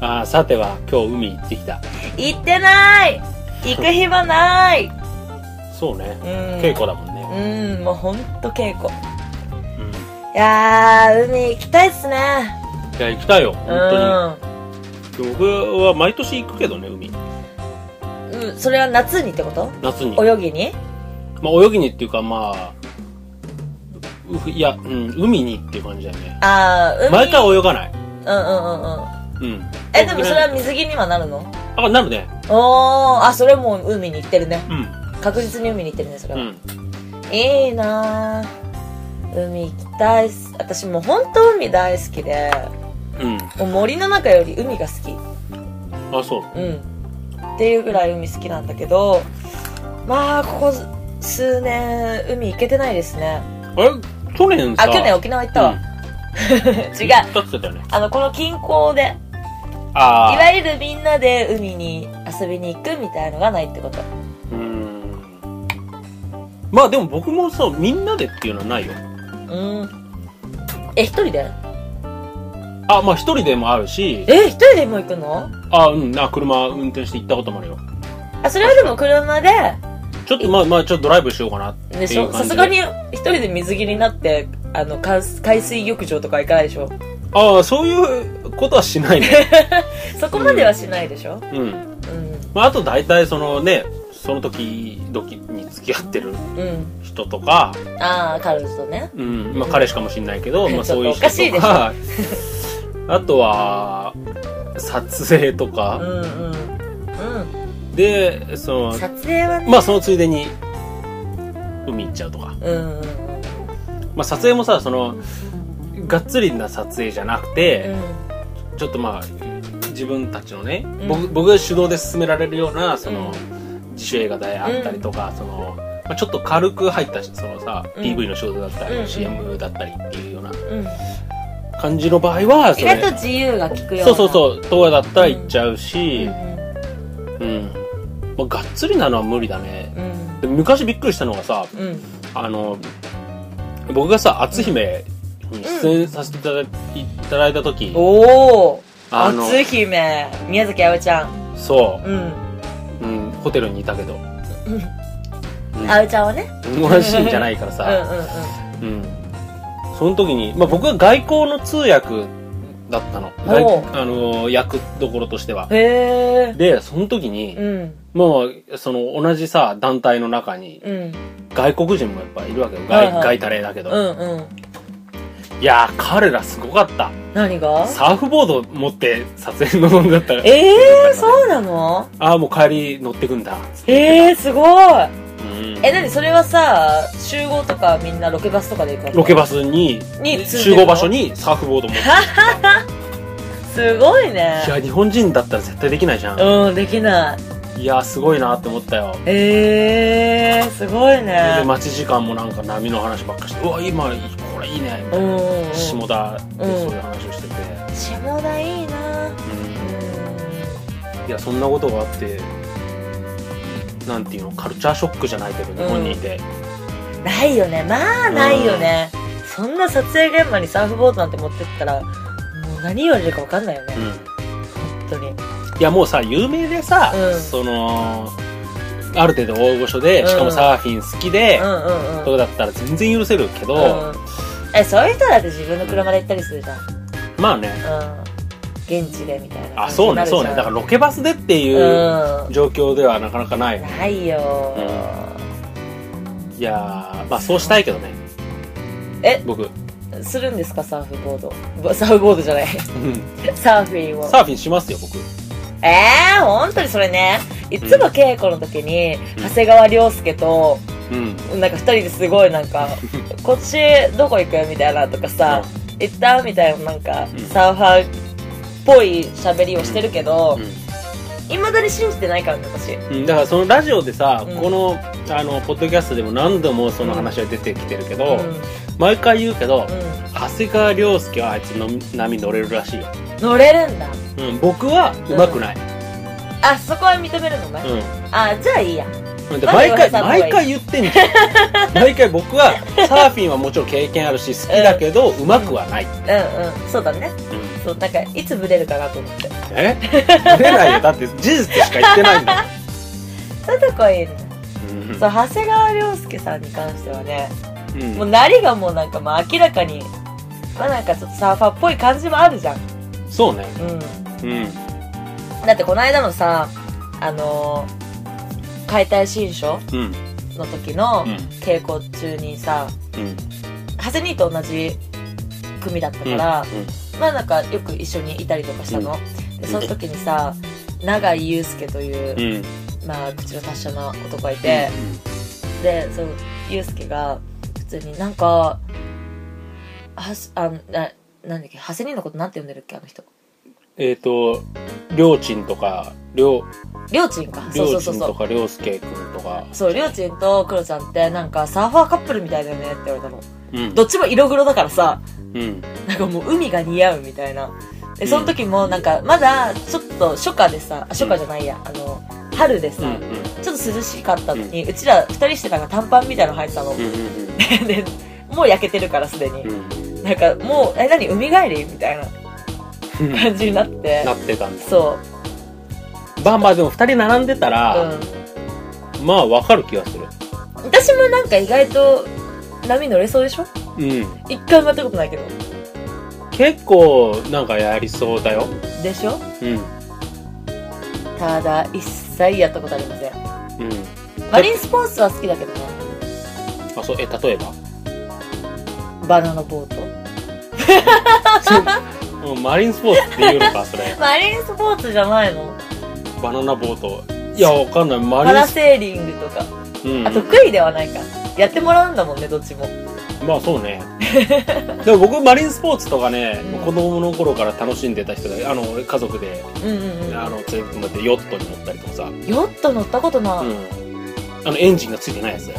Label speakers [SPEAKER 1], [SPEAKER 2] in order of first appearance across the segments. [SPEAKER 1] あーさては今日海行ってきた
[SPEAKER 2] 行ってない行く暇ない
[SPEAKER 1] そうね
[SPEAKER 2] うん
[SPEAKER 1] 稽古だもんね
[SPEAKER 2] うんもうほんと稽古
[SPEAKER 1] うん
[SPEAKER 2] いやー海行きたいっすね
[SPEAKER 1] いや行きたいよ
[SPEAKER 2] う
[SPEAKER 1] 本
[SPEAKER 2] ん
[SPEAKER 1] 当に僕は毎年行くけどね海
[SPEAKER 2] うんそれは夏にってこと
[SPEAKER 1] 夏に
[SPEAKER 2] 泳ぎに
[SPEAKER 1] まあ泳ぎにっていうかまあういや、うん、海にっていう感じだよね
[SPEAKER 2] ああ海
[SPEAKER 1] 毎回泳がない
[SPEAKER 2] うんうんうんうん
[SPEAKER 1] うん
[SPEAKER 2] えでもそれは水着にはなるの
[SPEAKER 1] あなるね
[SPEAKER 2] おーあそれもう海に行ってるね
[SPEAKER 1] うん
[SPEAKER 2] 確実に海に行ってるねそれ
[SPEAKER 1] う
[SPEAKER 2] は、
[SPEAKER 1] ん
[SPEAKER 2] いいなー海行きたいっす私もう本当海大好きで
[SPEAKER 1] うん
[SPEAKER 2] もう森の中より海が好き
[SPEAKER 1] あそ
[SPEAKER 2] う
[SPEAKER 1] う
[SPEAKER 2] んっていうぐらい海好きなんだけどまあここ数年海行けてないですね
[SPEAKER 1] あれ去年さ
[SPEAKER 2] あ去年沖縄行ったわ、
[SPEAKER 1] うん
[SPEAKER 2] 違う
[SPEAKER 1] 行ったって言ってたよね
[SPEAKER 2] あのこの近郊でい
[SPEAKER 1] ああ
[SPEAKER 2] わゆるみんなで海に遊びに行くみたいのがないってこと
[SPEAKER 1] うんまあでも僕もさみんなでっていうのはないよ
[SPEAKER 2] うんえ一人で
[SPEAKER 1] あまあ一人でもあるし
[SPEAKER 2] え一人でも行くの
[SPEAKER 1] あうんあ車運転して行ったこともあるよ
[SPEAKER 2] あそれはでも車で
[SPEAKER 1] ちょっとまあまあちょっとドライブしようかなってい
[SPEAKER 2] で
[SPEAKER 1] う感じ
[SPEAKER 2] しょ
[SPEAKER 1] で
[SPEAKER 2] さすがに一人で水着になってあの海海水浴場とか行かないでしょ
[SPEAKER 1] ああそういうことはしないね
[SPEAKER 2] そこまではしないでしょ
[SPEAKER 1] うん、
[SPEAKER 2] うん
[SPEAKER 1] まあ、あと大体そのねその時々に付き合ってる
[SPEAKER 2] うん
[SPEAKER 1] 人とか、
[SPEAKER 2] ああ彼女とね
[SPEAKER 1] うんまあ、彼氏かもしれないけど、まあ、
[SPEAKER 2] ち
[SPEAKER 1] そ
[SPEAKER 2] ょっと
[SPEAKER 1] ういう
[SPEAKER 2] おかしい
[SPEAKER 1] 人とか あとは撮影と
[SPEAKER 2] う
[SPEAKER 1] か、
[SPEAKER 2] んうんうん
[SPEAKER 1] でその
[SPEAKER 2] 撮影はね
[SPEAKER 1] まあそのついでに海行っちゃうとか、
[SPEAKER 2] うんうんうん
[SPEAKER 1] まあ、撮影もさそのがっつりな撮影じゃなく
[SPEAKER 2] う
[SPEAKER 1] て、
[SPEAKER 2] ん
[SPEAKER 1] ちょっとまあ自分たちのね、
[SPEAKER 2] うん
[SPEAKER 1] 僕僕が主導で進められるようなその、
[SPEAKER 2] う
[SPEAKER 1] 自主映画であったりとか、そのまあ、ちょっと軽く入ったしそのさ、
[SPEAKER 2] うん
[SPEAKER 1] PV の仕事だったり、
[SPEAKER 2] うん
[SPEAKER 1] CM だったりっていうような
[SPEAKER 2] うん
[SPEAKER 1] 感じの場合はそ
[SPEAKER 2] 意外と
[SPEAKER 1] れ
[SPEAKER 2] 自由が利くよう
[SPEAKER 1] そ
[SPEAKER 2] な
[SPEAKER 1] うそうそう東亜だったら行っちゃう
[SPEAKER 2] うん
[SPEAKER 1] しうん、まあ、がっつりなのは無理だね
[SPEAKER 2] うんうん
[SPEAKER 1] で昔びっくりしたのがさ
[SPEAKER 2] うん
[SPEAKER 1] あの僕がさ篤姫に出演させていただいいただいた時、
[SPEAKER 2] おお
[SPEAKER 1] あの
[SPEAKER 2] 篤姫宮崎あおちゃん
[SPEAKER 1] そ
[SPEAKER 2] うん
[SPEAKER 1] う、うん、ホテルにいたけど、うん
[SPEAKER 2] あおちゃんはね
[SPEAKER 1] 同じシーンじゃないから
[SPEAKER 2] うん
[SPEAKER 1] さ、
[SPEAKER 2] うんうん
[SPEAKER 1] うん、その時に、まあ、僕は外交の通訳だったの、外
[SPEAKER 2] おう
[SPEAKER 1] あのー役どころとしては。
[SPEAKER 2] へえ
[SPEAKER 1] で、その時に、
[SPEAKER 2] うん
[SPEAKER 1] もう、その同じさ、団体の中に、
[SPEAKER 2] うん
[SPEAKER 1] 外国人もやっぱいるわけよ。
[SPEAKER 2] は
[SPEAKER 1] 外,、
[SPEAKER 2] いはい
[SPEAKER 1] 外タレだけど。
[SPEAKER 2] うんうん
[SPEAKER 1] いやー、彼らすごかった。
[SPEAKER 2] 何が
[SPEAKER 1] サーフボード持って撮影に臨んだったら、
[SPEAKER 2] ええー、そうなの
[SPEAKER 1] ああ、もう帰り乗ってくんだ。
[SPEAKER 2] ええー、すごい
[SPEAKER 1] うん
[SPEAKER 2] え、なにそれはさ、集合とかみんなロケバスとかで行くわけ
[SPEAKER 1] ロケバスに、
[SPEAKER 2] に
[SPEAKER 1] 集合場所。にサーフボード持って。
[SPEAKER 2] すごいね
[SPEAKER 1] い。や、日本人だったら絶対できないじゃん。
[SPEAKER 2] うん、できない。
[SPEAKER 1] いやー、すごいなって思ったよ。
[SPEAKER 2] ええー、すごい
[SPEAKER 1] それで
[SPEAKER 2] ね。
[SPEAKER 1] 待ち時間もなんか波の話ばっかして「うわ今これいいね」み
[SPEAKER 2] うんう
[SPEAKER 1] たいな
[SPEAKER 2] んうん。
[SPEAKER 1] 下田でそういう話をしてて、
[SPEAKER 2] 下田いいなうん。
[SPEAKER 1] うんいやそんなことがあってなんていうのカルチャーショックじゃないけど日本にいて、
[SPEAKER 2] ないよね。まあ、ないよね。そんな撮影現場にサーフボードなんて持ってったら、もう何言われるかわかんないよね
[SPEAKER 1] う。ん
[SPEAKER 2] 本当に。
[SPEAKER 1] いやもうさ有名でさ、
[SPEAKER 2] うん
[SPEAKER 1] そのある程度大御所で
[SPEAKER 2] うん
[SPEAKER 1] しかもサーフィン好きで
[SPEAKER 2] う、んうん
[SPEAKER 1] そうれだったら全然許せるけど、
[SPEAKER 2] ん。うん。え、そういう人だって自分の車で行ったりするじゃん。
[SPEAKER 1] まあね
[SPEAKER 2] うん、現地でみたいな感
[SPEAKER 1] あ
[SPEAKER 2] じ
[SPEAKER 1] そう
[SPEAKER 2] にな
[SPEAKER 1] ね
[SPEAKER 2] るじゃ
[SPEAKER 1] そ
[SPEAKER 2] ん
[SPEAKER 1] うねだからロケバスでっていう
[SPEAKER 2] う
[SPEAKER 1] 状況ではなかなかないよ
[SPEAKER 2] ん
[SPEAKER 1] ね
[SPEAKER 2] ないよ、
[SPEAKER 1] いやーまあそうしたいけどね
[SPEAKER 2] え
[SPEAKER 1] 僕
[SPEAKER 2] するんですかサーフボード ぼサーフボードじゃないサーフィンを
[SPEAKER 1] サーフィンしますよ僕
[SPEAKER 2] えー、本当にそれねいつも稽古の時に、
[SPEAKER 1] うん
[SPEAKER 2] 長谷川亮介と
[SPEAKER 1] うん
[SPEAKER 2] なんか二人ですごいなん かこっちどこ行くみたいなとかさ、行ったみたいななんか、
[SPEAKER 1] ん
[SPEAKER 2] サーファーっぽい喋りをしてるけどいま、未だに信じてないからね私
[SPEAKER 1] うん、だからそのラジオでさ、
[SPEAKER 2] うん
[SPEAKER 1] このあのポッドキャストでも何度もその話は出てきてるけど、毎回言うけど、
[SPEAKER 2] うん
[SPEAKER 1] 長谷川亮介はあいつの波乗れるらしいよ、
[SPEAKER 2] うん、乗れるんだ
[SPEAKER 1] うん、僕は上手くない、
[SPEAKER 2] あそこは認めるのね、
[SPEAKER 1] うん
[SPEAKER 2] あじゃあいいや
[SPEAKER 1] で毎
[SPEAKER 2] なんで
[SPEAKER 1] 回
[SPEAKER 2] 噂の方がいい
[SPEAKER 1] 毎回言ってんじ ゃん毎回僕はサーフィンはもちろん経験あるし好きだけどうまくはない、
[SPEAKER 2] うんうんそうだねそうなんかいつブレるかなと思って
[SPEAKER 1] え出ないよだって事実しか言ってないんだ
[SPEAKER 2] そういうとこはいいね
[SPEAKER 1] もん
[SPEAKER 2] そう長谷川亮介さんに関してはね
[SPEAKER 1] うんうん
[SPEAKER 2] もうなりがもうなんかまあ明らかにまあなんかちょっとサーファーっぽい感じもあるじゃん
[SPEAKER 1] そうね
[SPEAKER 2] うん
[SPEAKER 1] うん
[SPEAKER 2] だってこの間のさあのー解体新書
[SPEAKER 1] うん
[SPEAKER 2] の時の
[SPEAKER 1] うん
[SPEAKER 2] 稽古中にさ
[SPEAKER 1] うん
[SPEAKER 2] 長谷兄と同じ組だったから、まあなんかよく一緒にいたりとかしたの、でその時にさ永井祐介という、
[SPEAKER 1] うんうん
[SPEAKER 2] まあ口の達者な男がいて、でそう祐介が普通になんかはしあななんだっけ長谷兄のことなんて呼んでるっけあの人
[SPEAKER 1] えっ、ー、とりょうちんとかりょう
[SPEAKER 2] りょうちんか
[SPEAKER 1] り
[SPEAKER 2] そう
[SPEAKER 1] ょ
[SPEAKER 2] そうう
[SPEAKER 1] ち
[SPEAKER 2] そうんそ
[SPEAKER 1] と
[SPEAKER 2] う
[SPEAKER 1] かりょうすけくんとか
[SPEAKER 2] そうりょうちんとクロちゃんってなんかサーファーカップルみたいだよねって言われたの
[SPEAKER 1] うん
[SPEAKER 2] どっちも色黒だからさ
[SPEAKER 1] うん
[SPEAKER 2] なんかもう海が似合うみたいなでその時もなんかまだちょっと初夏でさあ初夏じゃないやあの春で
[SPEAKER 1] う
[SPEAKER 2] さ、
[SPEAKER 1] ん
[SPEAKER 2] ちょっと涼しかったのに、うちら二人してなんか短パンみたいなの履いてたの、
[SPEAKER 1] うんうん
[SPEAKER 2] でもう焼けてるからすでに、
[SPEAKER 1] うんうん
[SPEAKER 2] なんかもうえ何海帰りみたいな
[SPEAKER 1] うん
[SPEAKER 2] 感じになって
[SPEAKER 1] なってたんだ
[SPEAKER 2] そ
[SPEAKER 1] まあまあでも2人並んでた
[SPEAKER 2] う、
[SPEAKER 1] ら、
[SPEAKER 2] う
[SPEAKER 1] まあわかる気がする
[SPEAKER 2] ん、私もなんか意外と波乗れそうでしょ
[SPEAKER 1] うん
[SPEAKER 2] 一回もやったことないけど
[SPEAKER 1] 結構なんかやりそうだよ
[SPEAKER 2] でしょ
[SPEAKER 1] うんうん
[SPEAKER 2] ただ一切やったことありませんマリンスポーツは好きだけどね
[SPEAKER 1] あそうえ例 えば
[SPEAKER 2] バナナボート
[SPEAKER 1] そううんマリンスポーツっていうのかそれ
[SPEAKER 2] マリンスポーツじゃないの
[SPEAKER 1] バナナボートいやわかんないマ
[SPEAKER 2] パ
[SPEAKER 1] リン
[SPEAKER 2] ラ
[SPEAKER 1] ス
[SPEAKER 2] セーリングとか
[SPEAKER 1] うん
[SPEAKER 2] あ得意ではないかやってもらうんだもんねどっちも
[SPEAKER 1] まあそうね でも僕マリンスポーツとかね、
[SPEAKER 2] うん
[SPEAKER 1] 子供の頃から楽しんでた人であの俺家族で、
[SPEAKER 2] うんうんうん
[SPEAKER 1] あの連れてもらってヨットに乗ったりとかさ、うん、
[SPEAKER 2] ヨット乗ったことない、
[SPEAKER 1] あのエンジンがついてないやつだよ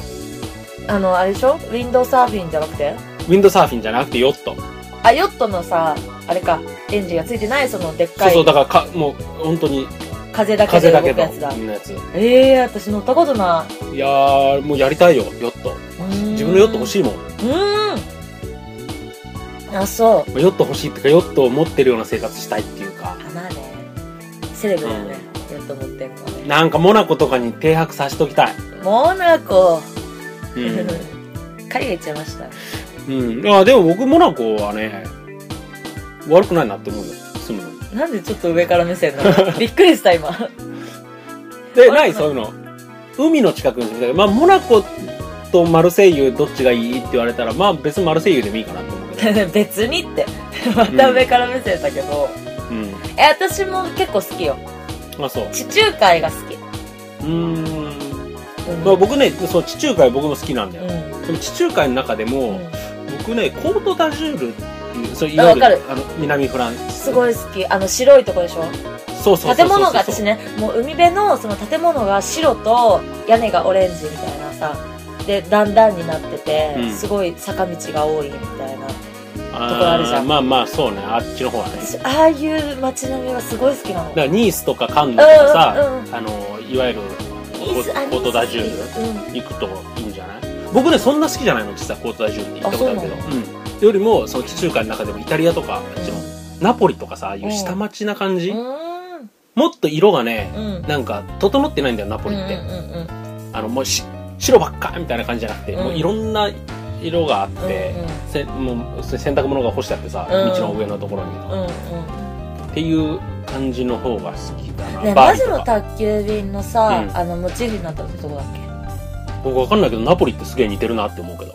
[SPEAKER 2] あのあれでしょウィンドウサーフィンじゃなくて
[SPEAKER 1] ウィンドサーフィンじゃなくてヨット
[SPEAKER 2] あヨットのさあれかエンジンがついてないそのでっ
[SPEAKER 1] そう
[SPEAKER 2] かい
[SPEAKER 1] そうだからかもう本当に
[SPEAKER 2] 風だけ
[SPEAKER 1] 風
[SPEAKER 2] で
[SPEAKER 1] だ
[SPEAKER 2] 動く
[SPEAKER 1] け
[SPEAKER 2] や
[SPEAKER 1] の
[SPEAKER 2] つだ
[SPEAKER 1] のやつ
[SPEAKER 2] ええー、私乗ったことない
[SPEAKER 1] いやーもうやりたいよヨット自分のヨット欲
[SPEAKER 2] い
[SPEAKER 1] しいもん
[SPEAKER 2] うーんあそう
[SPEAKER 1] ヨット欲しいっていうかヨットを持ってるような生活したいっていうか
[SPEAKER 2] あまあねセレブだよね、ヨット持ってんのはね
[SPEAKER 1] なんかモナコとかに停泊させておきた い
[SPEAKER 2] モナコ、
[SPEAKER 1] う
[SPEAKER 2] 海
[SPEAKER 1] ん、
[SPEAKER 2] 外行っちゃいました
[SPEAKER 1] うん、あでも僕モナコはね悪くないなって思うよ住むの
[SPEAKER 2] なんでちょっと上から目線 なのびっくりした今
[SPEAKER 1] で
[SPEAKER 2] あ
[SPEAKER 1] ない
[SPEAKER 2] うん
[SPEAKER 1] そういうの海の近くに住みたいまあモナコとマルセイユどっちがいいって言われたらまあ別にマルセイユでもいいかなって思うけ ど、
[SPEAKER 2] 別にってまた上から目線だけど、
[SPEAKER 1] うん、
[SPEAKER 2] え私も結構好きよ
[SPEAKER 1] まあそう
[SPEAKER 2] 地中海が好き、
[SPEAKER 1] うーん、
[SPEAKER 2] うん
[SPEAKER 1] まあ、僕ねそう地中海僕も好きなんだ
[SPEAKER 2] うん
[SPEAKER 1] よ、でも地中海の中でも、
[SPEAKER 2] うん
[SPEAKER 1] 僕ねコートダジュールっていうそうい
[SPEAKER 2] あ
[SPEAKER 1] わゆ
[SPEAKER 2] わかる
[SPEAKER 1] るあの南フランス
[SPEAKER 2] すごい好きあの白いとこでしょ
[SPEAKER 1] そうそうそうそ
[SPEAKER 2] 建
[SPEAKER 1] う
[SPEAKER 2] 物が私ねもう海辺のその建物が白と屋根がオレンジみたいなさで段々になってて、
[SPEAKER 1] うん
[SPEAKER 2] すごい坂道が多いみたいな
[SPEAKER 1] とこ
[SPEAKER 2] ろあるじゃん
[SPEAKER 1] まあまあそうねあっちの方はね
[SPEAKER 2] 私ああいう街並みがすごい好きなの
[SPEAKER 1] だからニースとかカンヌとか
[SPEAKER 2] う
[SPEAKER 1] さ、
[SPEAKER 2] んうんうん
[SPEAKER 1] あのいわゆるココートダジュー
[SPEAKER 2] ル、うん、
[SPEAKER 1] ル行くといいんじゃない僕ねそんな好きじゃないの実はコートダジュールって行ったことあるけど
[SPEAKER 2] あ
[SPEAKER 1] うんよりもその地中海の中でもイタリアとかあっちのナポリとかさああいう下町な感じ、
[SPEAKER 2] うん
[SPEAKER 1] もっと色がね
[SPEAKER 2] うん
[SPEAKER 1] なんか整ってないんだよナポリって、
[SPEAKER 2] うんうんうんうん
[SPEAKER 1] あのもうし白ばっかみたいな感じじゃなくて、
[SPEAKER 2] うん
[SPEAKER 1] もういろんな色があって、
[SPEAKER 2] うんうん
[SPEAKER 1] せもうせ洗濯物が干してあってさ、
[SPEAKER 2] うん
[SPEAKER 1] 道の上のところ
[SPEAKER 2] う
[SPEAKER 1] に、
[SPEAKER 2] ん
[SPEAKER 1] っていう感じの方が好きだな、
[SPEAKER 2] うんね
[SPEAKER 1] バ
[SPEAKER 2] 魔
[SPEAKER 1] リと
[SPEAKER 2] 女の
[SPEAKER 1] か
[SPEAKER 2] 宅急便のさ、
[SPEAKER 1] うん
[SPEAKER 2] あのモチーフになったとこだっけ
[SPEAKER 1] 僕わかんないけどナポリってすげえ似てるなって思うけど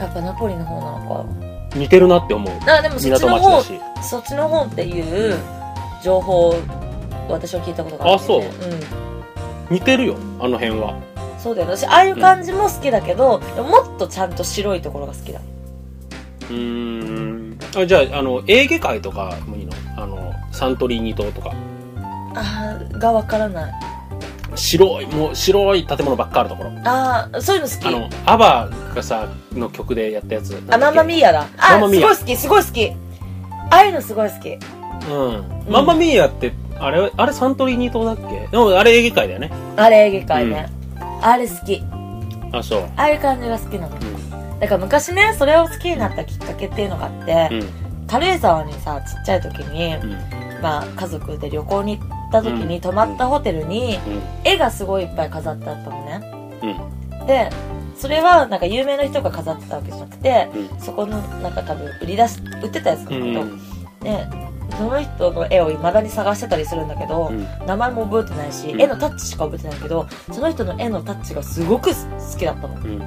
[SPEAKER 2] やっぱナポリの方なの
[SPEAKER 1] 似てるなって思う
[SPEAKER 2] かあでもそっち
[SPEAKER 1] 港
[SPEAKER 2] の
[SPEAKER 1] 町だ
[SPEAKER 2] 方
[SPEAKER 1] し
[SPEAKER 2] そっちの方っていう情報を私は聞いたことがあって、ね、そう、
[SPEAKER 1] 似てるよあの辺は
[SPEAKER 2] ん、そうだよね私ああいう感じも好きだけど、でももっとちゃんと白いところが好きだ
[SPEAKER 1] うーんあじゃああのエーゲ海とかもいいのあのサントリーニ島とか
[SPEAKER 2] あーがわからない
[SPEAKER 1] 白いもう白い建物ばっかあるところ
[SPEAKER 2] ああそういうの好き
[SPEAKER 1] あのアバがさの曲でやったやつ
[SPEAKER 2] あマンマミーヤだあ
[SPEAKER 1] マンマミー
[SPEAKER 2] すご
[SPEAKER 1] ヤ
[SPEAKER 2] い好きすごい好きああいうのすごい好き
[SPEAKER 1] うん、マンマミーヤってあれあれサントリーニ島だっけでもあれエーゲ海だよね
[SPEAKER 2] あれ映画界ね、あれ好き
[SPEAKER 1] あそう
[SPEAKER 2] ああいう感じが好きなの
[SPEAKER 1] う
[SPEAKER 2] だから昔ねそれを好きになったきっかけっていうのがあって、
[SPEAKER 1] んうん
[SPEAKER 2] 軽井沢にさちっちゃい時に、
[SPEAKER 1] うん
[SPEAKER 2] まあ、家族で旅行に行った時に
[SPEAKER 1] うん
[SPEAKER 2] 泊まったホテルに
[SPEAKER 1] うん
[SPEAKER 2] 絵がすごいいっぱい飾ってあったのね
[SPEAKER 1] うん
[SPEAKER 2] でそれはなんか有名な人が飾ってたわけじゃなくて
[SPEAKER 1] うん
[SPEAKER 2] そこのなんか多分売り出し売ってたやつなんだ
[SPEAKER 1] う
[SPEAKER 2] け
[SPEAKER 1] ん
[SPEAKER 2] ど、ねその人の絵を未だに探してたりするんだけど、名前も覚えてないし、
[SPEAKER 1] うん
[SPEAKER 2] 絵のタッチしか覚えてないけどその人の絵のタッチがすごく好きだったの
[SPEAKER 1] うん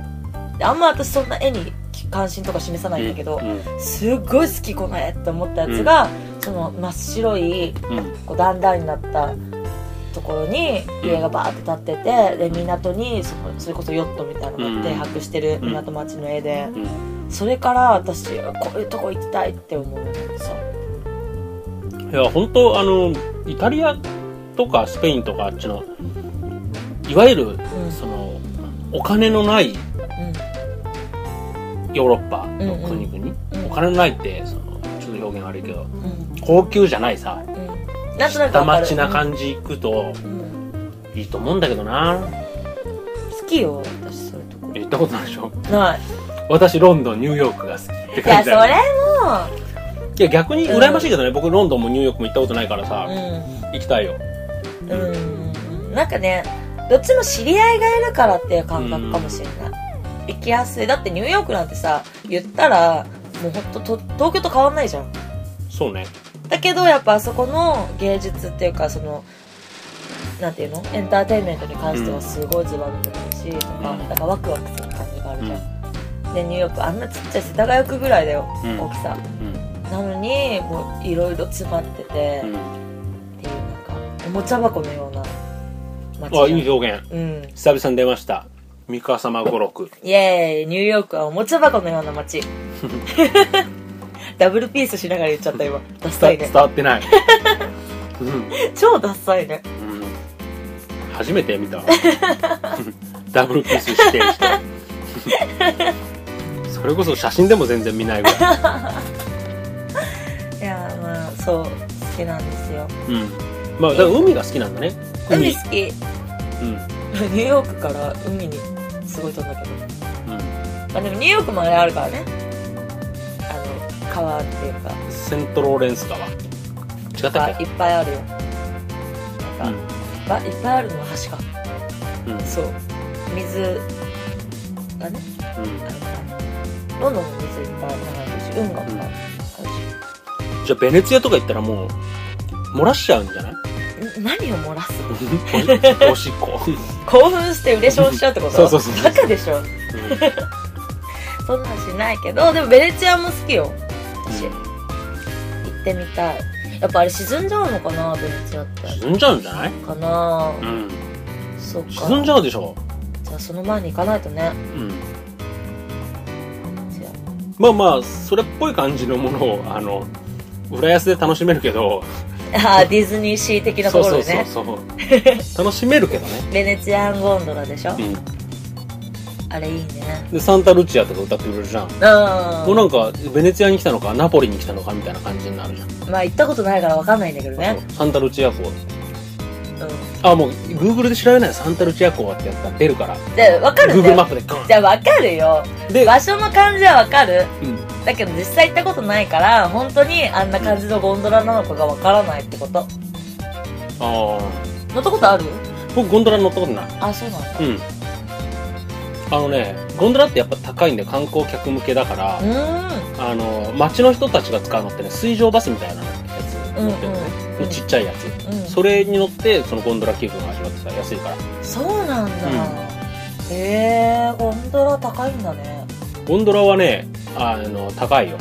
[SPEAKER 2] であんま私そんな絵に関心とか示さないんだけど、
[SPEAKER 1] う
[SPEAKER 2] すっごい好きこの絵って思ったやつが、その真っ白い
[SPEAKER 1] んうん
[SPEAKER 2] こう段々になったところに家がバーって建っててで港にそのそれこそヨットみたいなのが停泊してる
[SPEAKER 1] うん
[SPEAKER 2] 港町の絵で
[SPEAKER 1] うん
[SPEAKER 2] それから私こういうとこ行きたいって思うのさ
[SPEAKER 1] いや本当あのイタリアとかスペインとかあっちのいわゆる
[SPEAKER 2] うんうん
[SPEAKER 1] そのお金のないヨーロッパの国々、
[SPEAKER 2] うんうん
[SPEAKER 1] お金のないってそのちょっと表現悪いけど
[SPEAKER 2] うん
[SPEAKER 1] 高級じゃないさ
[SPEAKER 2] うんなんとなく
[SPEAKER 1] 下
[SPEAKER 2] わかる
[SPEAKER 1] 町な感じ行くと
[SPEAKER 2] うん
[SPEAKER 1] いいと思うんだけどな
[SPEAKER 2] 好きよ私そういうとこ
[SPEAKER 1] 言ったことないでしょ
[SPEAKER 2] ない
[SPEAKER 1] 私ロンドンニューヨークが好きって
[SPEAKER 2] いや
[SPEAKER 1] 感
[SPEAKER 2] そ
[SPEAKER 1] じ
[SPEAKER 2] れ
[SPEAKER 1] だよいや逆に羨ましいけどね、僕ロンドンもニューヨークも行ったことないからさ、
[SPEAKER 2] も
[SPEAKER 1] 行きたいよ
[SPEAKER 2] うんうんなんかねどっちも知り合いがいるからっていう感覚かもしれない行きやすいだってニューヨークなんてさ言ったらもうほんとと東京と変わんないじゃん
[SPEAKER 1] そうね
[SPEAKER 2] だけどやっぱあそこの芸術っていうかそのなんていうのエンターテインメントに関してはすごいズバ抜けてるし、とか
[SPEAKER 1] うん
[SPEAKER 2] なんかワクワクする感じがあ
[SPEAKER 1] う
[SPEAKER 2] る
[SPEAKER 1] ん
[SPEAKER 2] じゃん、でニューヨークあんなちっちゃい世田谷区ぐらいだよ、
[SPEAKER 1] うん
[SPEAKER 2] 大きさなのにもういろいろ詰まってて、
[SPEAKER 1] う
[SPEAKER 2] っていう
[SPEAKER 1] ん、
[SPEAKER 2] なんかおもちゃ箱のような街じゃん
[SPEAKER 1] あいい表現
[SPEAKER 2] うん
[SPEAKER 1] 久々に出ました三河様語録
[SPEAKER 2] イエーイニューヨークはおもちゃ箱のような 街ダブルピースしながら言っちゃった今ダッサい
[SPEAKER 1] 伝
[SPEAKER 2] ね
[SPEAKER 1] 伝わって ない、うん
[SPEAKER 2] 超ダッサいね
[SPEAKER 1] うん初めて見たわ ダブルキスしてる人 それこそ写真でも全然見ないぐ らい、
[SPEAKER 2] いやーまあそう好きなんですよ
[SPEAKER 1] うん、まあだから海が好きなんだね
[SPEAKER 2] 海好きニュ
[SPEAKER 1] うん、うん
[SPEAKER 2] ーヨークから海にすごい飛んだけど、まあ、でもニューヨークもあれあるからねあの川っていうか
[SPEAKER 1] セントローレンス川違った
[SPEAKER 2] あ
[SPEAKER 1] っ
[SPEAKER 2] い
[SPEAKER 1] け
[SPEAKER 2] っぱいあるよ
[SPEAKER 1] う
[SPEAKER 2] なんか、
[SPEAKER 1] ん
[SPEAKER 2] ばいっぱいあるのは橋か
[SPEAKER 1] うん
[SPEAKER 2] そう水がねあるからロンドンも水いっぱい流れてるし運河もある
[SPEAKER 1] うんじゃあベネツィアとか行ったらもう漏らしちゃうんじ ゃない
[SPEAKER 2] しん何を漏らす
[SPEAKER 1] おしっこ、
[SPEAKER 2] 興奮して嬉しょうしちゃうってこと
[SPEAKER 1] そうそうそうそう
[SPEAKER 2] バカでしょ そんなんしないけどでもベネチアも好きよ私、
[SPEAKER 1] うん
[SPEAKER 2] 行ってみたいやっぱあれ沈んじゃうのかなベネチアって
[SPEAKER 1] 沈んじゃうんじゃない、
[SPEAKER 2] かな
[SPEAKER 1] うん、
[SPEAKER 2] そっか
[SPEAKER 1] 沈んじゃうでしょ、
[SPEAKER 2] じゃあその前に行かないとね
[SPEAKER 1] うん、
[SPEAKER 2] ベネチ
[SPEAKER 1] まあまあそれっぽい感じのものをあの浦安で楽しめるけど
[SPEAKER 2] アあーディズニーシー的な
[SPEAKER 1] そ
[SPEAKER 2] と
[SPEAKER 1] う
[SPEAKER 2] ころ
[SPEAKER 1] そう
[SPEAKER 2] でね
[SPEAKER 1] そうそう楽しめるけどね、
[SPEAKER 2] ベネチアンゴンドラでしょ、
[SPEAKER 1] うん、
[SPEAKER 2] あれいいね
[SPEAKER 1] でサンタルチアとか歌ってくれるじゃ
[SPEAKER 2] う
[SPEAKER 1] ん、
[SPEAKER 2] ん
[SPEAKER 1] もうなんかベネツィアに来たのかナポリに来たのかみたいな感じになるじゃん、
[SPEAKER 2] まあ行ったことないから分かんないんだけどね
[SPEAKER 1] そうサンタルチア港
[SPEAKER 2] う
[SPEAKER 1] あもう Google で調べないサンタルチア港ってやったら出るから
[SPEAKER 2] んで分かるんだ
[SPEAKER 1] Google マ
[SPEAKER 2] よ
[SPEAKER 1] ップでガ
[SPEAKER 2] じゃあ分かるよ
[SPEAKER 1] ンで、
[SPEAKER 2] 場所の感じは分かる
[SPEAKER 1] うん、
[SPEAKER 2] だけど実際行ったことないから本当にあんな感じのゴンドラなのかが分からないってこと
[SPEAKER 1] あ
[SPEAKER 2] 乗ったことある
[SPEAKER 1] ー僕ゴンドラ乗ったことない
[SPEAKER 2] あそうなんだ
[SPEAKER 1] うんあのねゴンドラってやっぱ高いんで観光客向けだから、
[SPEAKER 2] う
[SPEAKER 1] あの街の人たちが使うのってね水上バスみたいなやつ乗ってるのね、
[SPEAKER 2] うんうん
[SPEAKER 1] ちっちゃいやつ、
[SPEAKER 2] ーん、うん、
[SPEAKER 1] それに乗ってそのゴンドラ気分を味わってさ安いから
[SPEAKER 2] そうなんだ、へえゴンドラ高いんだね
[SPEAKER 1] ゴンドラはねあの高いよ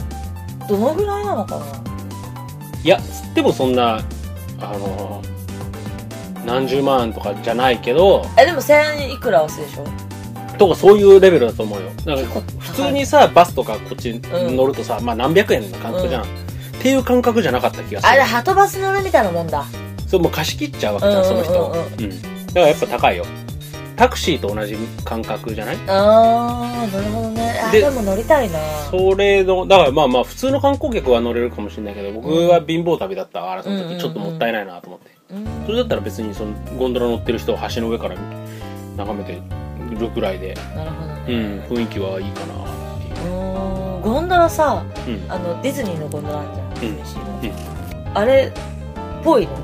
[SPEAKER 2] どのぐらいなのか
[SPEAKER 1] いやつってもそんなあの何十万とかじゃないけど
[SPEAKER 2] なえでも1000いくらはするでしょ
[SPEAKER 1] とかそういうレベルだと思うよだから
[SPEAKER 2] 結構
[SPEAKER 1] 普
[SPEAKER 2] 高
[SPEAKER 1] 通
[SPEAKER 2] い
[SPEAKER 1] にさバスとかこっち乗るとさ、まあ何百円の感覚じゃん、っていう感覚じゃなかった気がす
[SPEAKER 2] あ
[SPEAKER 1] る
[SPEAKER 2] れハトバス乗るみたいなもんだ
[SPEAKER 1] そうもう貸し切っちゃうわけじゃん、
[SPEAKER 2] うんうんうん
[SPEAKER 1] その人、うん、だからやっぱ高いよタクシーと同じ感覚じゃない
[SPEAKER 2] あーなるほどねあで
[SPEAKER 1] で
[SPEAKER 2] でも乗りたいな
[SPEAKER 1] それのだからまあまあ普通の観光客は乗れるかもしれないけど僕
[SPEAKER 2] うん
[SPEAKER 1] は貧乏旅だったからそ
[SPEAKER 2] うん
[SPEAKER 1] の
[SPEAKER 2] うんうん
[SPEAKER 1] 時ちょっともったいないなと思って、
[SPEAKER 2] うん
[SPEAKER 1] それだったら別にそのゴンドラ乗ってる人を橋の上から眺めてるくらいで、
[SPEAKER 2] なるほどね
[SPEAKER 1] うん、雰囲気はいいかなっていう
[SPEAKER 2] ーんゴンドラさ
[SPEAKER 1] う。うん。
[SPEAKER 2] あのディズニーのゴンドラあるじゃん
[SPEAKER 1] うん
[SPEAKER 2] あれっぽいの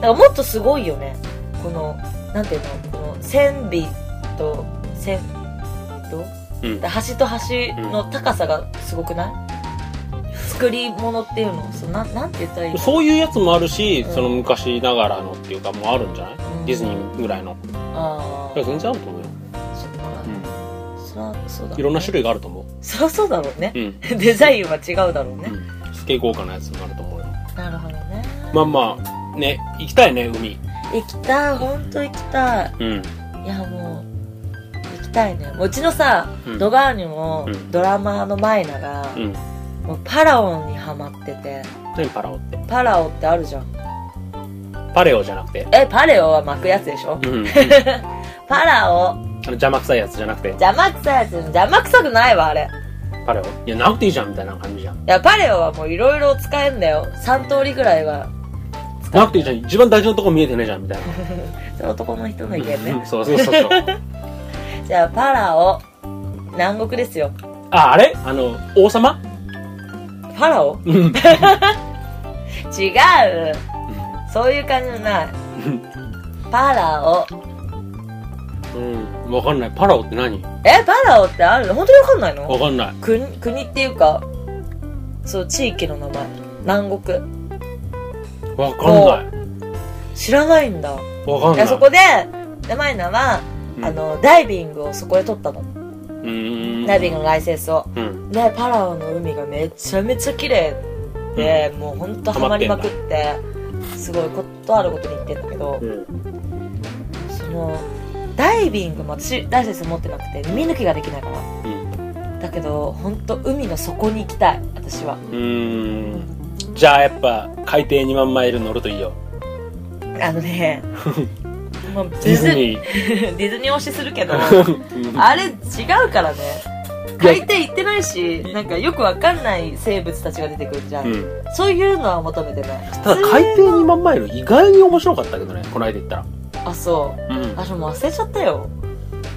[SPEAKER 2] だからもっとすごいよねこのなんていうのこの線尾と線と
[SPEAKER 1] うん
[SPEAKER 2] で端と端の高さがすごくない、作り物っていうのそうなんなんて言ったらいいの
[SPEAKER 1] そういうやつもあるし、
[SPEAKER 2] うん
[SPEAKER 1] その昔ながらのっていうかもうあるんじゃない、
[SPEAKER 2] うん
[SPEAKER 1] ディズニーぐらいのい
[SPEAKER 2] ああ
[SPEAKER 1] や全然あると思うよ、
[SPEAKER 2] そっか
[SPEAKER 1] う
[SPEAKER 2] そらそうだ
[SPEAKER 1] ん、いろんな種
[SPEAKER 2] 類
[SPEAKER 1] 類があると思
[SPEAKER 2] そりゃそうだろうね
[SPEAKER 1] う、うん
[SPEAKER 2] デザインは違うだろうね、
[SPEAKER 1] うん、すげえ豪華なやつもあると思うよ
[SPEAKER 2] なるほどね
[SPEAKER 1] まあまあね行きたいね海
[SPEAKER 2] 行きたい本当行きたい
[SPEAKER 1] うん
[SPEAKER 2] いやもう行きたいねもううちのさ、
[SPEAKER 1] うん
[SPEAKER 2] ドガーニュも
[SPEAKER 1] うん
[SPEAKER 2] ドラマーのマイナが、
[SPEAKER 1] うん
[SPEAKER 2] もうパラオンにハマってて
[SPEAKER 1] 何パラオって
[SPEAKER 2] パラオってあるじゃん
[SPEAKER 1] パレオじゃなくて
[SPEAKER 2] えパレオは巻くやつでしょ
[SPEAKER 1] うんあ
[SPEAKER 2] パラオ
[SPEAKER 1] の邪魔くさいやつじゃなくて
[SPEAKER 2] 邪魔くさいやつ邪魔くさくないわあれ
[SPEAKER 1] パレオいやなくていいじゃんみたいな感じじゃん
[SPEAKER 2] いやパレオはもういろいろ使えんだよ3通りぐらいは使
[SPEAKER 1] なくていいじゃん一番大事なとこ見えてねえじゃんみたいな
[SPEAKER 2] それ男の人の意 見
[SPEAKER 1] う
[SPEAKER 2] ね
[SPEAKER 1] んそうそうそうそう
[SPEAKER 2] じゃあパラオ南国ですよ
[SPEAKER 1] ああれあの王様
[SPEAKER 2] パラオ
[SPEAKER 1] うん
[SPEAKER 2] 違うそういう感じじゃないパラオ
[SPEAKER 1] うんわかんないパラオって何
[SPEAKER 2] えパラオってあるの本当にわかんないの
[SPEAKER 1] わかんない
[SPEAKER 2] 国国っていうかそう地域の名前南国
[SPEAKER 1] わかんな
[SPEAKER 2] 知らないんだ
[SPEAKER 1] いわかん
[SPEAKER 2] い
[SPEAKER 1] ない
[SPEAKER 2] やそこででマイナは、
[SPEAKER 1] うん
[SPEAKER 2] あのダイビングをそこで取ったの、
[SPEAKER 1] うーん
[SPEAKER 2] ダイビングのライセンスを
[SPEAKER 1] うん
[SPEAKER 2] でパラオの海がめちゃめちゃ綺麗で、もうほんとハマりまくってすごいことあることに言ってんだけど、
[SPEAKER 1] うん
[SPEAKER 2] そのダイビングも私ライセンス持ってなくて見抜きができないからだけど本当海の底に行きたい私は
[SPEAKER 1] うんうんじゃあやっぱ海底2万マイル乗るといいよ
[SPEAKER 2] あの ねもう
[SPEAKER 1] ディズ
[SPEAKER 2] デ
[SPEAKER 1] ニ
[SPEAKER 2] ィ ディズニー推しするけど
[SPEAKER 1] ーうん
[SPEAKER 2] あれ違うからね海底行ってないしなんかよくわかんない生物たちが出てくるじゃん、
[SPEAKER 1] うん
[SPEAKER 2] そういうのは求めてない
[SPEAKER 1] ただ海底2万マイル意外に面白かったけどねこの間行ったら
[SPEAKER 2] あそうあれもう忘れちゃったよ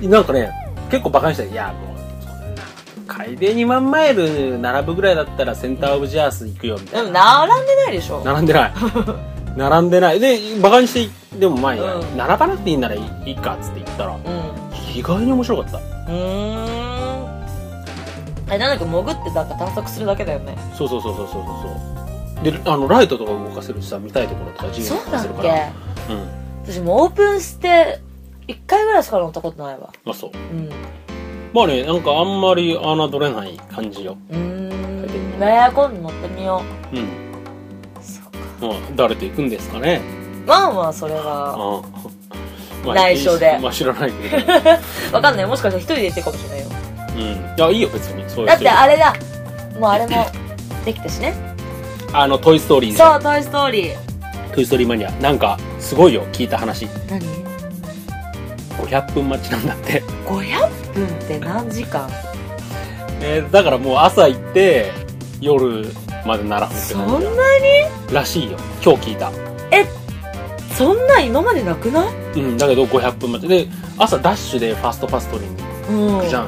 [SPEAKER 1] なんかね結構バカにしたいやもうそんな海底2万マイル並ぶぐらいだったらセンターオブジェアース行くよみた
[SPEAKER 2] で
[SPEAKER 1] い
[SPEAKER 2] も
[SPEAKER 1] な
[SPEAKER 2] 並んでないでしょ
[SPEAKER 1] 並んでない並んでないでバカにしてでも前に、
[SPEAKER 2] うん
[SPEAKER 1] 並ばなくていいならいいかっつって言ったら
[SPEAKER 2] うんう
[SPEAKER 1] 意外に面白かった
[SPEAKER 2] ーんあれなんだか潜ってなんか探索するだけだよね
[SPEAKER 1] そうそうそうそうそうそうであのライトとか動かせるしさ見たいところとか自由
[SPEAKER 2] そ
[SPEAKER 1] に
[SPEAKER 2] う
[SPEAKER 1] 動
[SPEAKER 2] だ
[SPEAKER 1] か
[SPEAKER 2] っ
[SPEAKER 1] せるから
[SPEAKER 2] け
[SPEAKER 1] うん
[SPEAKER 2] 私もうオープンして1回ぐらいしか乗ったことないわ
[SPEAKER 1] まあそう
[SPEAKER 2] うんう
[SPEAKER 1] まあねなんかあんまり侮れない感じよ
[SPEAKER 2] ーんねえ今度乗ってみよ
[SPEAKER 1] うん
[SPEAKER 2] うそうか
[SPEAKER 1] まあ誰と行くんですかね
[SPEAKER 2] まあまあそれは
[SPEAKER 1] ああ
[SPEAKER 2] 内緒で
[SPEAKER 1] いいしまあ知らないけ ど
[SPEAKER 2] わかんないもしかしたら一人で行ってるかもしれないよ
[SPEAKER 1] うんいやいいよ別にそういう
[SPEAKER 2] だってあ
[SPEAKER 1] れ
[SPEAKER 2] れだもうあれもできたしね
[SPEAKER 1] あの「トイ・ストーリーで」
[SPEAKER 2] そう「トイ・ストーリー
[SPEAKER 1] トイ・ストーリーマニア」なんかすごいよ聞いた話」
[SPEAKER 2] 何
[SPEAKER 1] 500分待ちなんだって
[SPEAKER 2] ?500 分って何時間
[SPEAKER 1] えーだからもう朝行って夜まで並ぶって
[SPEAKER 2] そ
[SPEAKER 1] 感
[SPEAKER 2] ん
[SPEAKER 1] じ
[SPEAKER 2] な
[SPEAKER 1] らしいよ今日聞いた
[SPEAKER 2] そんなん今までなくない
[SPEAKER 1] うんだけど500分待ちで朝ダッシュでファストパストリーに
[SPEAKER 2] うん
[SPEAKER 1] じゃん
[SPEAKER 2] う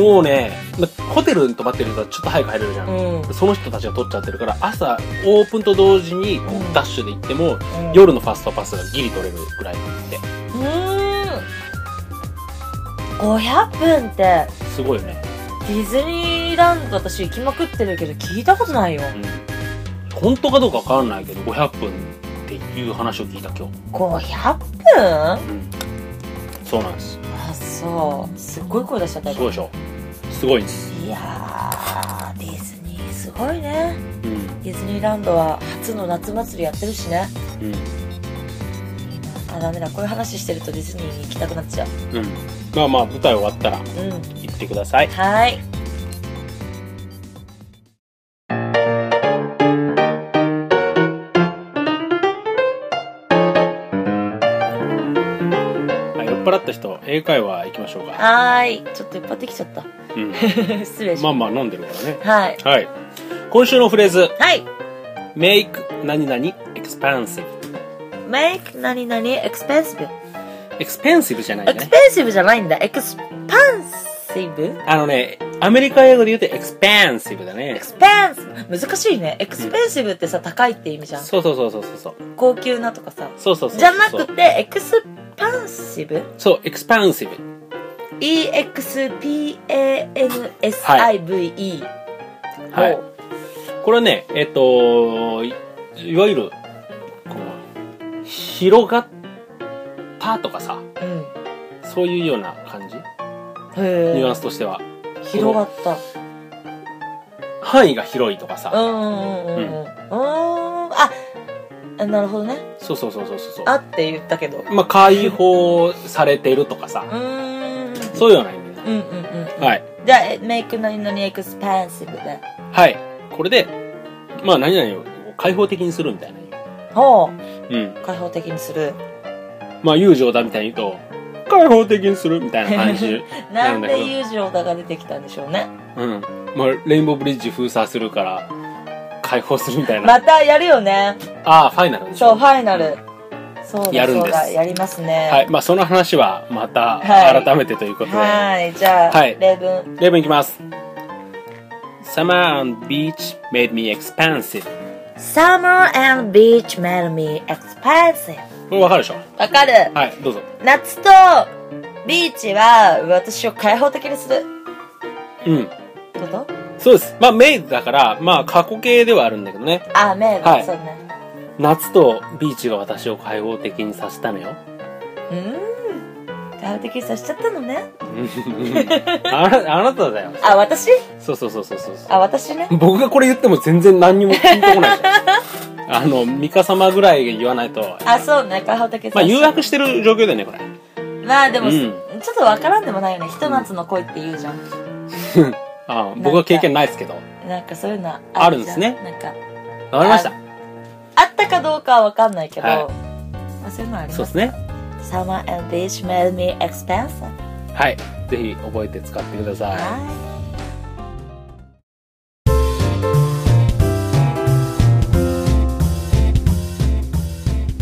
[SPEAKER 1] もうね、まホテルに泊まってる人はちょっと早く入れるじゃん、
[SPEAKER 2] んうん
[SPEAKER 1] その人たちが取っちゃってるから朝オープンと同時にこう
[SPEAKER 2] うん
[SPEAKER 1] ダッシュで行っても、
[SPEAKER 2] うん
[SPEAKER 1] 夜のファストパスがギリ取れるぐらいなんで
[SPEAKER 2] うーん500分って
[SPEAKER 1] すごいよね、
[SPEAKER 2] ディズニーランド私行きまくってるけど聞いたことないよ
[SPEAKER 1] うん、本当かどうかわからないけど500分っていう話を聞いた今日、
[SPEAKER 2] 500分
[SPEAKER 1] うん、そうなんです
[SPEAKER 2] あそうすっごい声出しちゃった
[SPEAKER 1] すごいでしょすごいんです、
[SPEAKER 2] いやーディズニーすごいね
[SPEAKER 1] うん
[SPEAKER 2] ディズニーランドは初の夏祭りやってるしね
[SPEAKER 1] うん
[SPEAKER 2] あダメだこういう話してるとディズニーに行きたくなっちゃう
[SPEAKER 1] うん、まあまあ舞台終わったら
[SPEAKER 2] うん
[SPEAKER 1] 行ってください
[SPEAKER 2] はい
[SPEAKER 1] あ酔っ払った人英会話行きましょうか、
[SPEAKER 2] はーいちょっといっぱいできちゃった
[SPEAKER 1] うん、
[SPEAKER 2] 失礼し
[SPEAKER 1] ま
[SPEAKER 2] ま
[SPEAKER 1] あまあ飲んでるからね
[SPEAKER 2] すはい
[SPEAKER 1] はい今週のフレーズ
[SPEAKER 2] はい
[SPEAKER 1] make 何々 expansive
[SPEAKER 2] make 何々 expensive
[SPEAKER 1] エクスペンシブじゃない
[SPEAKER 2] エクス
[SPEAKER 1] ね
[SPEAKER 2] ペ。ンシブじゃないんだ。エクスパンシブエ
[SPEAKER 1] あのね、アメリカ英語で言うとエクスペンシブだね
[SPEAKER 2] ク。スペンス難しいね。エクスペンシブってさ、高いって意味じゃん。
[SPEAKER 1] そうそうそうそうそうそう。
[SPEAKER 2] 高級なとかさ。
[SPEAKER 1] そうそうそうそう。
[SPEAKER 2] じゃなくて、エクスパンシブ
[SPEAKER 1] そう、エクスパンシブ。
[SPEAKER 2] ?EXPANSIVE。
[SPEAKER 1] はい
[SPEAKER 2] お。
[SPEAKER 1] これね、えっと、いいわゆる、この、広がったとかさ、
[SPEAKER 2] うん。
[SPEAKER 1] そういうような感じ、
[SPEAKER 2] へ
[SPEAKER 1] ニュアン
[SPEAKER 2] え。
[SPEAKER 1] スとしては。
[SPEAKER 2] 広がった。
[SPEAKER 1] 範囲が広いとかさ、
[SPEAKER 2] うんうんうんうん。うーん。あ、あなるほどね。
[SPEAKER 1] そうそうそうそうそう。
[SPEAKER 2] あって言ったけど。う
[SPEAKER 1] まあ、解放されてるとかさ、
[SPEAKER 2] ーん。
[SPEAKER 1] そういうような意味。
[SPEAKER 2] うんうんうんうん。
[SPEAKER 1] はい。
[SPEAKER 2] じゃあ、メイク何々エクスパンシブで。
[SPEAKER 1] はい。これで、まあ、何々を開放的にするみたいな。
[SPEAKER 2] ほう。
[SPEAKER 1] うん。
[SPEAKER 2] 開放的にする。
[SPEAKER 1] まあ、友情だみたいに言うと、開放的にするみたいな感じ。
[SPEAKER 2] な
[SPEAKER 1] なんんだけど
[SPEAKER 2] で友情だが出てきたんでしょうね。
[SPEAKER 1] うん。まあ、レインボーブリッジ封鎖するから、開放するみたいな。
[SPEAKER 2] またやるよね。
[SPEAKER 1] ああ、ファイナルでしょ。
[SPEAKER 2] そう、ファイナル。そうだ
[SPEAKER 1] やるんです
[SPEAKER 2] そうだやりますね。
[SPEAKER 1] はい。まあ、その話は、また、
[SPEAKER 2] はい
[SPEAKER 1] 改めてということで。
[SPEAKER 2] はい。じゃあ、
[SPEAKER 1] はい
[SPEAKER 2] 例文。
[SPEAKER 1] 例文いきます。Summer on beach made me expansive.
[SPEAKER 2] Summer and beach made me expensive.
[SPEAKER 1] これわかるでしょ
[SPEAKER 2] わかる。
[SPEAKER 1] はい、どうぞ。
[SPEAKER 2] 夏とビーチは私を開放的にする
[SPEAKER 1] うん。
[SPEAKER 2] ってこと
[SPEAKER 1] そうです。まあ、メイドだから、まあ、過去形ではあるんだけどね。
[SPEAKER 2] あ、メイド、
[SPEAKER 1] はい
[SPEAKER 2] そうね。
[SPEAKER 1] 夏とビーチが私を開放的にさせたのよ。
[SPEAKER 2] うーん。開放的にさせちゃったのね。
[SPEAKER 1] あなあなただよ。
[SPEAKER 2] あ、私
[SPEAKER 1] そうそうそうそうそう。
[SPEAKER 2] あ、私ね。
[SPEAKER 1] 僕がこれ言っても全然何にも聞いてこないでしょ。あの、ミカ様ぐらい言わないと。
[SPEAKER 2] あ、そうね。開放的にさ
[SPEAKER 1] まあ、
[SPEAKER 2] せちゃ
[SPEAKER 1] 誘
[SPEAKER 2] った
[SPEAKER 1] 惑してる状況だよね、これ。
[SPEAKER 2] まあでも、
[SPEAKER 1] うん
[SPEAKER 2] ちょっとわからんでもないよね。ひと夏の恋って言うじゃん。
[SPEAKER 1] あ僕は経験ないですけど。わ
[SPEAKER 2] なんかそういうのは
[SPEAKER 1] あるんですね
[SPEAKER 2] じゃなんか、
[SPEAKER 1] かりました。
[SPEAKER 2] あったかどうかはわかんないけど、
[SPEAKER 1] はい
[SPEAKER 2] まあそういうのはあり
[SPEAKER 1] そ
[SPEAKER 2] ま。
[SPEAKER 1] うですすね。
[SPEAKER 2] Summer and beach made me expensive.
[SPEAKER 1] はい。ぜひ覚えて使ってください。
[SPEAKER 2] は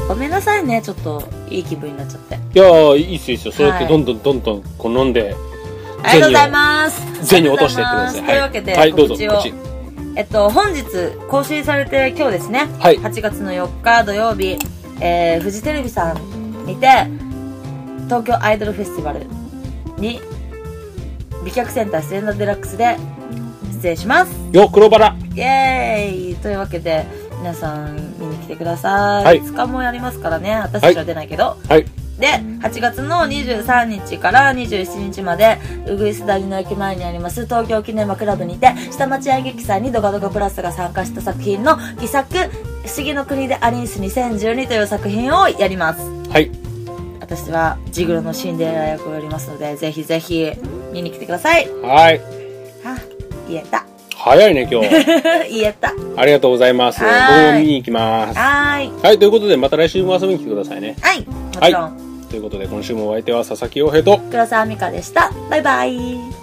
[SPEAKER 2] ごめんなさいね、ちょっといい気分になっちゃって。
[SPEAKER 1] いやー、いいっすよ、いいっすよ。そうやっ
[SPEAKER 2] は
[SPEAKER 1] て
[SPEAKER 2] い
[SPEAKER 1] どんどんどんどんこう飲んで、
[SPEAKER 2] ありがとうございます。
[SPEAKER 1] 銭を落としていってください。
[SPEAKER 2] というわけで、
[SPEAKER 1] はい、どうぞ、
[SPEAKER 2] 告知を
[SPEAKER 1] 告知。
[SPEAKER 2] えっと、本日更新されて今日ですね、
[SPEAKER 1] はい
[SPEAKER 2] 8月の4日土曜日、えー、フジテレビさんにて、東京アイドルフェスティバルに、美脚センタースレンダーデラックスで出演します。
[SPEAKER 1] よ、黒バラ。
[SPEAKER 2] イエーイというわけで、皆さん見に来てください。
[SPEAKER 1] はい
[SPEAKER 2] 2日もやりますからね、私たちは出ないけど。
[SPEAKER 1] はい。
[SPEAKER 2] で、8月の23日から27日まで、うぐいす谷の駅前にあります東京キネマクラブにて、下町演劇祭にドガドガプラスが参加した作品の偽作、不思議の国でアリンス2012という作品をやります。
[SPEAKER 1] はい。
[SPEAKER 2] 私はジグロのシンデレラ役をやりますので、ぜひぜひ見に来てください。
[SPEAKER 1] はい。
[SPEAKER 2] は言えた。
[SPEAKER 1] 早いね、今日。
[SPEAKER 2] 言えた。
[SPEAKER 1] ありがとうございます。
[SPEAKER 2] はい
[SPEAKER 1] 僕も見に行きます。
[SPEAKER 2] はーい。
[SPEAKER 1] はい、ということで、また来週も遊びに来てくださいね。
[SPEAKER 2] はい。もちろん、
[SPEAKER 1] ということで、今週もお相手は佐々木洋平と、
[SPEAKER 2] 黒沢美香でした。バイバイ。